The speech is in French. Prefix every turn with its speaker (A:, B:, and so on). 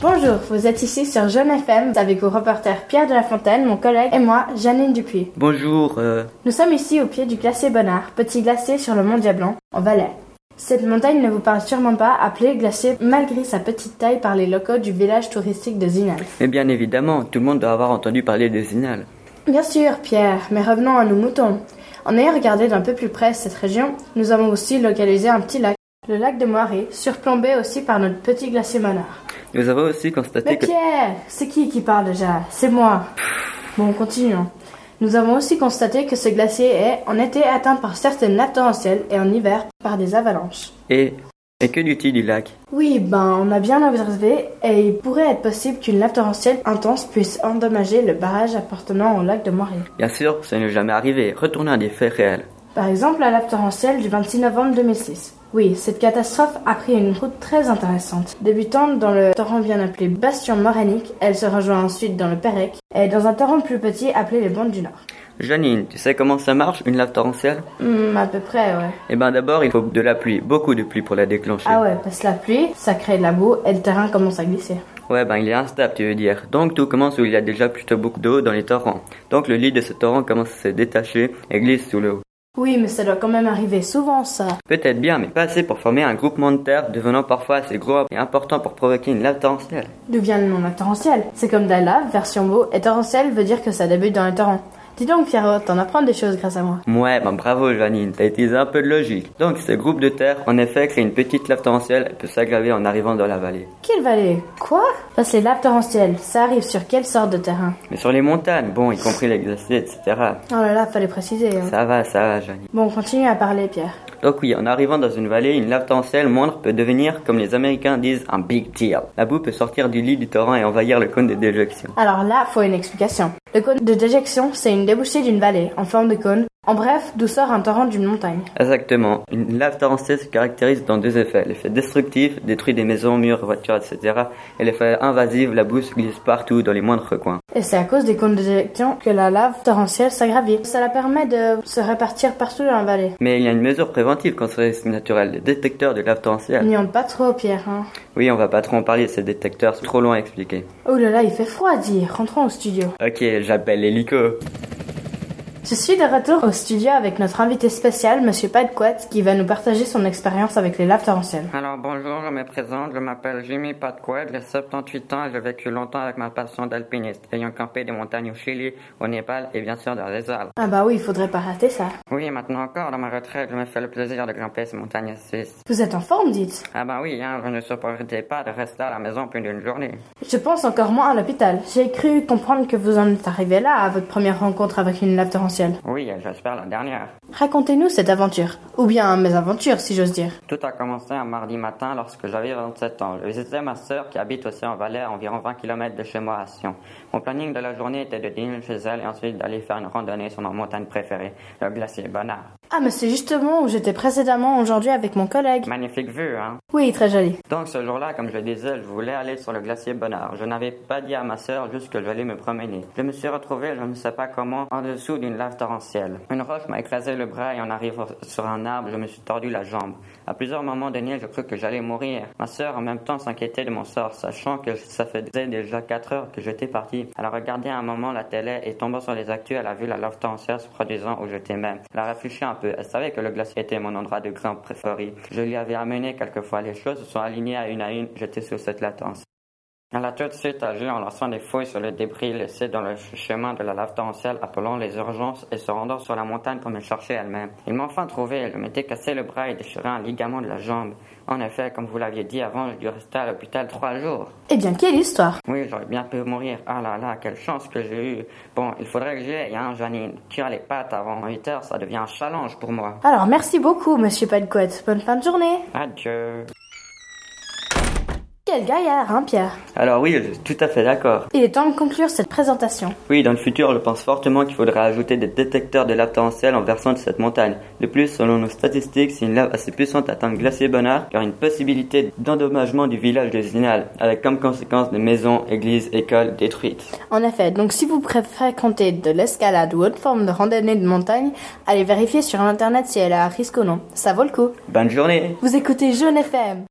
A: Bonjour, vous êtes ici sur Jeune FM avec vos reporters Pierre de la Fontaine, mon collègue, et moi, Janine Dupuis.
B: Bonjour. euh,
A: Nous sommes ici au pied du glacier Bonnard, petit glacier sur le Mont Diablan, en Valais. Cette montagne ne vous parle sûrement pas, appelée glacier malgré sa petite taille par les locaux du village touristique de Zinal.
B: Mais bien évidemment, tout le monde doit avoir entendu parler des signal.
A: Bien sûr, Pierre, mais revenons à nos moutons. En ayant regardé d'un peu plus près cette région, nous avons aussi localisé un petit lac, le lac de Moiré, surplombé aussi par notre petit glacier Monard.
B: Nous avons aussi constaté
A: Mais
B: que...
A: Pierre, c'est qui qui parle déjà C'est moi. Bon, continuons. Nous avons aussi constaté que ce glacier est, en été, atteint par certaines nappes torrentielles et en hiver par des avalanches.
B: Et, et que dit-il du lac
A: Oui, ben, on a bien observé et il pourrait être possible qu'une nappe torrentielle intense puisse endommager le barrage appartenant au lac de Moiré.
B: Bien sûr, ça n'est jamais arrivé. Retournons à des faits réels.
A: Par exemple, la nappe torrentielle du 26 novembre 2006. Oui, cette catastrophe a pris une route très intéressante. Débutante dans le torrent bien appelé Bastion Moranique, elle se rejoint ensuite dans le Pérec et dans un torrent plus petit appelé les Bandes du Nord.
B: Janine, tu sais comment ça marche, une lave torrentielle
A: Hmm, à peu près, ouais.
B: Eh ben d'abord, il faut de la pluie, beaucoup de pluie pour la déclencher.
A: Ah ouais, parce que la pluie, ça crée de la boue et le terrain commence à glisser.
B: Ouais, ben il est instable, tu veux dire. Donc tout commence où il y a déjà plutôt beaucoup d'eau dans les torrents. Donc le lit de ce torrent commence à se détacher et glisse sous l'eau.
A: Oui, mais ça doit quand même arriver souvent, ça.
B: Peut-être bien, mais pas assez pour former un groupement de terre devenant parfois assez gros et important pour provoquer une lave torrentielle.
A: D'où vient le nom la torrentielle C'est comme de la lave, version beau, et torrentielle veut dire que ça débute dans le torrent. Dis donc, Pierrot, t'en apprends des choses grâce à moi.
B: Ouais, ben bravo Janine, t'as utilisé un peu de logique. Donc ce groupe de terre, en effet, crée une petite lave torrentielle, elle peut s'aggraver en arrivant dans la vallée.
A: Quelle vallée Quoi Parce que les laves torrentielles, ça arrive sur quelle sorte de terrain
B: Mais sur les montagnes, bon, y compris les glaciers, etc.
A: Oh là là, fallait préciser. hein.
B: Ça va, ça va Janine.
A: Bon, continue à parler, Pierre.
B: Donc oui, en arrivant dans une vallée, une lave torrentielle moindre peut devenir, comme les Américains disent, un big deal. La boue peut sortir du lit du torrent et envahir le cône de déjection.
A: Alors là, faut une explication. Le cône de déjection, c'est une débouchée d'une vallée, en forme de cône. En bref, d'où sort un torrent d'une montagne.
B: Exactement. Une lave torrentielle se caractérise dans deux effets. L'effet destructif, détruit des maisons, murs, voitures, etc. Et l'effet invasif, la boue se glisse partout, dans les moindres coins.
A: Et c'est à cause des cônes de déjection que la lave torrentielle s'aggravit. Ça la permet de se répartir partout dans la vallée.
B: Mais il y a une mesure préventive contre ce risque naturel, le détecteur de lave torrentielle.
A: N'y en pas trop, Pierre, hein.
B: Oui, on va pas trop en parler, ce détecteur, c'est trop long à expliquer.
A: Oh là là, il fait froid, dis. Rentrons au studio.
B: Ok, j'appelle l'hélico.
A: Je suis de retour au studio avec notre invité spécial, Monsieur Padquat, qui va nous partager son expérience avec les laves torrentielles.
C: Alors bonjour, je me présente, je m'appelle Jimmy Patquet, j'ai 78 ans et j'ai vécu longtemps avec ma passion d'alpiniste, ayant campé des montagnes au Chili, au Népal et bien sûr dans les Alpes.
A: Ah bah oui, il faudrait pas rater ça.
C: Oui, maintenant encore, dans ma retraite, je me fais le plaisir de grimper ces montagnes suisses.
A: Vous êtes en forme, dites
C: Ah ben oui, hein, je ne supportais pas de rester à la maison plus d'une journée.
A: Je pense encore moins à l'hôpital. J'ai cru comprendre que vous en êtes arrivé là à votre première rencontre avec une lave torrentielle.
C: Oui, et j'espère la dernière.
A: Racontez-nous cette aventure. Ou bien mes aventures, si j'ose dire.
C: Tout a commencé un mardi matin lorsque j'avais 27 ans. Je visitais ma sœur qui habite aussi en Valais, à environ 20 km de chez moi à Sion. Mon planning de la journée était de dîner chez elle et ensuite d'aller faire une randonnée sur ma montagne préférée, le glacier Bonnard.
A: Ah, mais c'est justement où j'étais précédemment aujourd'hui avec mon collègue.
C: Magnifique vue, hein
A: Oui, très joli.
C: Donc ce jour-là, comme je le disais, je voulais aller sur le glacier Bonnard. Je n'avais pas dit à ma sœur juste que j'allais me promener. Je me suis retrouvé, je ne sais pas comment, en dessous d'une lave torrentielle. Une roche m'a écrasé le bras et en arrivant sur un arbre, je me suis tordu la jambe. À plusieurs moments donnés, je crus que j'allais mourir. Ma sœur en même temps s'inquiétait de mon sort, sachant que ça faisait déjà 4 heures que j'étais parti. Elle a regardé un moment la télé et tombant sur les actus, elle a vu la lave torrentielle se produisant où j'étais même. Elle a réfléchi un peu. Elle savait que le glacier était mon endroit de grand préféré. Je lui avais amené quelquefois. Les choses se sont alignées à une à une. J'étais sous cette latence. Elle a tout de suite agi en lançant des fouilles sur les débris laissés dans le ch- chemin de la lave torrentielle, appelant les urgences et se rendant sur la montagne pour me chercher elle-même. Ils m'ont enfin trouvé, je m'étais cassé le bras et déchiré un ligament de la jambe. En effet, comme vous l'aviez dit avant, j'ai dû rester à l'hôpital trois jours.
A: Eh bien, quelle histoire
C: Oui, j'aurais bien pu mourir. Ah là là, quelle chance que j'ai eue. Bon, il faudrait que j'y aille, hein, Janine. Cuire les pâtes avant 8 heures, ça devient un challenge pour moi.
A: Alors, merci beaucoup, monsieur Padquat. Bonne fin de journée.
C: Adieu.
A: Quel gaillard, hein, Pierre
B: Alors oui, je suis tout à fait d'accord.
A: Il est temps de conclure cette présentation.
B: Oui, dans le futur, je pense fortement qu'il faudra ajouter des détecteurs de lave torrentielle en versant de cette montagne. De plus, selon nos statistiques, si une lave assez puissante atteint le glacier Bonnard, il y aura une possibilité d'endommagement du village de Zinal, avec comme conséquence des maisons, églises, écoles détruites.
A: En effet, donc si vous pré- fréquentez de l'escalade ou autre forme de randonnée de montagne, allez vérifier sur internet si elle est à risque ou non. Ça vaut le coup.
B: Bonne journée
A: Vous écoutez Jeune FM